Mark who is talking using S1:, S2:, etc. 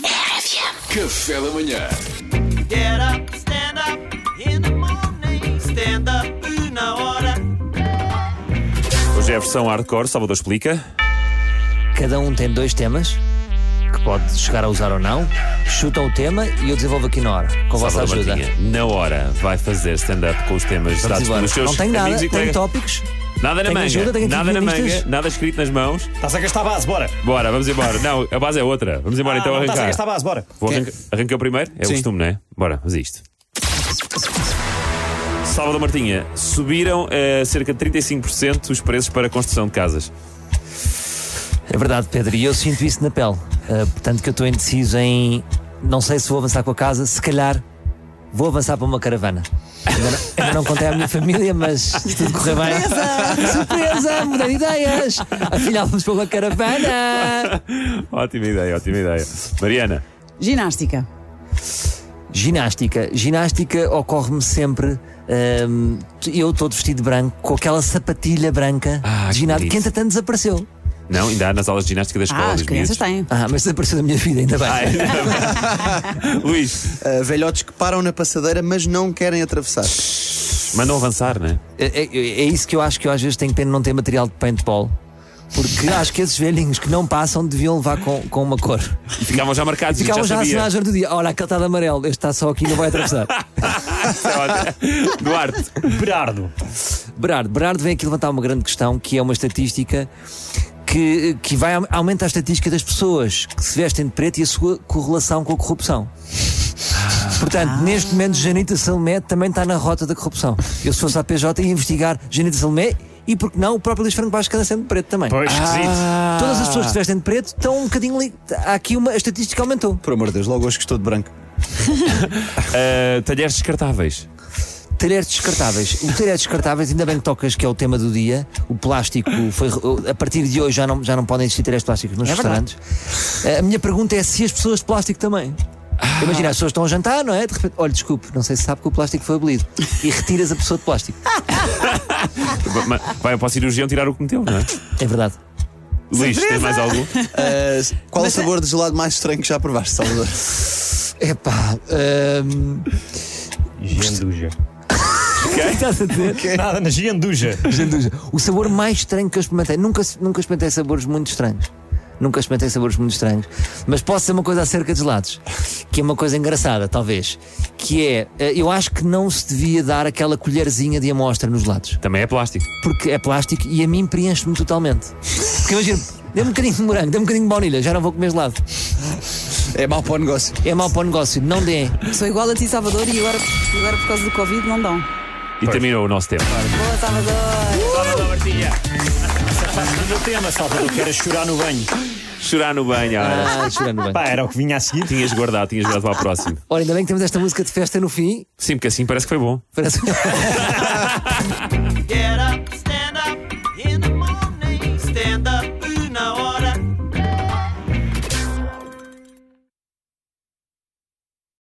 S1: FM.
S2: Café da manhã.
S3: Get up, stand up in the morning. Stand up na hora.
S4: Hoje é a versão hardcore, Salvador explica.
S5: Cada um tem dois temas que pode chegar a usar ou não. Chutam o tema e eu desenvolvo aqui na hora, com a vossa
S4: Salvador
S5: ajuda.
S4: Martinha, na hora, vai fazer stand-up com os temas
S5: Vamos
S4: dados
S5: embora.
S4: pelos seus
S5: Não tenho nada,
S4: amigos e
S5: tenho
S4: colegas.
S5: tópicos.
S4: Nada na
S5: Tenho
S4: manga,
S5: ajuda, tenho
S4: nada na manga,
S5: entrevistas.
S4: nada escrito nas mãos.
S6: Estás a gastar a base, bora!
S4: Bora, vamos embora. Não, a base é outra. Vamos
S5: Ah,
S4: embora então
S6: não,
S5: tá
S6: estás a
S4: arrancar.
S6: gastar a base, bora!
S4: Vou arranca, arrancar o primeiro? É o costume, não é? Bora, vamos a isto. Salvador Martinha, subiram eh, cerca de 35% os preços para a construção de casas.
S5: É verdade, Pedro, e eu sinto isso na pele. Ah, portanto, que eu estou indeciso em. Não sei se vou avançar com a casa, se calhar vou avançar para uma caravana. Ainda não, ainda não contei à minha família, mas se tudo correr bem. Surpresa! Surpresa! Mudar de ideias! Afinal, vamos para uma caravana!
S4: Ótima ideia, ótima ideia. Mariana,
S7: Ginástica.
S5: Ginástica. Ginástica ocorre-me sempre. hum, eu todo vestido de branco, com aquela sapatilha branca
S4: Ah,
S5: de
S4: que
S5: ginástica,
S4: delícia.
S5: que entretanto desapareceu.
S4: não, ainda há nas aulas de ginástica da escola.
S7: Ah, as
S4: dos
S7: crianças
S4: miúdos.
S7: têm.
S5: Ah, mas desapareceu da minha vida, ainda bem.
S4: Ai, não. Luís,
S8: Uh, velhotes que param na passadeira, mas não querem atravessar.
S4: mandam avançar, não é?
S5: É, é- é isso que eu acho que eu às vezes tenho pena de não ter material de paintball. Porque acho que esses velhinhos que não passam deviam levar com, com uma cor.
S4: E ficavam já marcados
S5: Ficavam
S4: e já
S5: já
S4: sabia.
S5: assinados durante o dia. Olha, aquele está de amarelo, este está só aqui e não vai atravessar.
S4: Isso é ótimo. Duarte,
S6: Berardo!
S5: Berardo, Berardo vem aqui levantar uma grande questão que é uma estatística que, que vai au- aumenta a estatística das pessoas que se vestem de preto e a sua correlação com a corrupção. Portanto, neste momento, Janita Salomé também está na rota da corrupção. Eu, se fosse a PJ, ia investigar Janita Salomé e, porque não, o próprio Luís Franco Basco anda sempre de preto também.
S6: Pois, esquisito!
S5: Todas as pessoas que se vestem de preto estão um bocadinho. li- Há aqui uma. A estatística aumentou.
S8: Por amor de Deus, logo hoje que estou de branco.
S4: ah, talheres descartáveis.
S5: Talheres descartáveis. O talher descartáveis, ainda bem que tocas, que é o tema do dia. O plástico foi. A partir de hoje já não, já não podem existir talheres plásticos nos
S7: verdade.
S5: restaurantes. A minha pergunta é se as pessoas de plástico também. Imagina, as pessoas estão a jantar, não é? De repente, olha, desculpe, não sei se sabe que o plástico foi abolido. E retiras a pessoa de plástico.
S4: Ma- Vai para o cirurgião tirar o que meteu, não é?
S5: É verdade.
S4: Luís, tens mais algum?
S8: Uh, qual o sabor de gelado mais estranho que já provaste, Salvador?
S5: Epá. hum,
S6: Genduja.
S5: estás a dizer?
S6: Nada na Genduja!
S5: Genduja. O sabor mais estranho que eu experimentei. Nunca, nunca experimentei sabores muito estranhos. Nunca experimentei sabores muito estranhos. Mas posso ser uma coisa acerca de gelados. Que é uma coisa engraçada, talvez. Que é, eh, eu acho que não se devia dar aquela colherzinha de amostra nos gelados.
S4: Também é plástico.
S5: Porque é plástico e a mim preenche-me totalmente. Porque imagina, dê-me um bocadinho de morango, dê-me um bocadinho de baunilha, já não vou comer gelado.
S8: É mau para o negócio.
S5: É mau para o negócio, não deem.
S7: Sou igual a ti, Salvador, e agora, agora por causa do Covid não dão.
S4: E terminou o nosso tempo.
S7: Boa, Salvador!
S6: Mas o tema, Salvador, que era chorar no banho.
S4: Chorar no banho, olha.
S5: Ah, chorando bem.
S6: Pá, era o que vinha a seguir.
S4: Tinhas guardado, tinhas guardado para a próxima.
S5: Ora, ainda bem que temos esta música de festa no fim.
S4: Sim, porque assim parece que foi bom.
S5: Parece...
S3: Get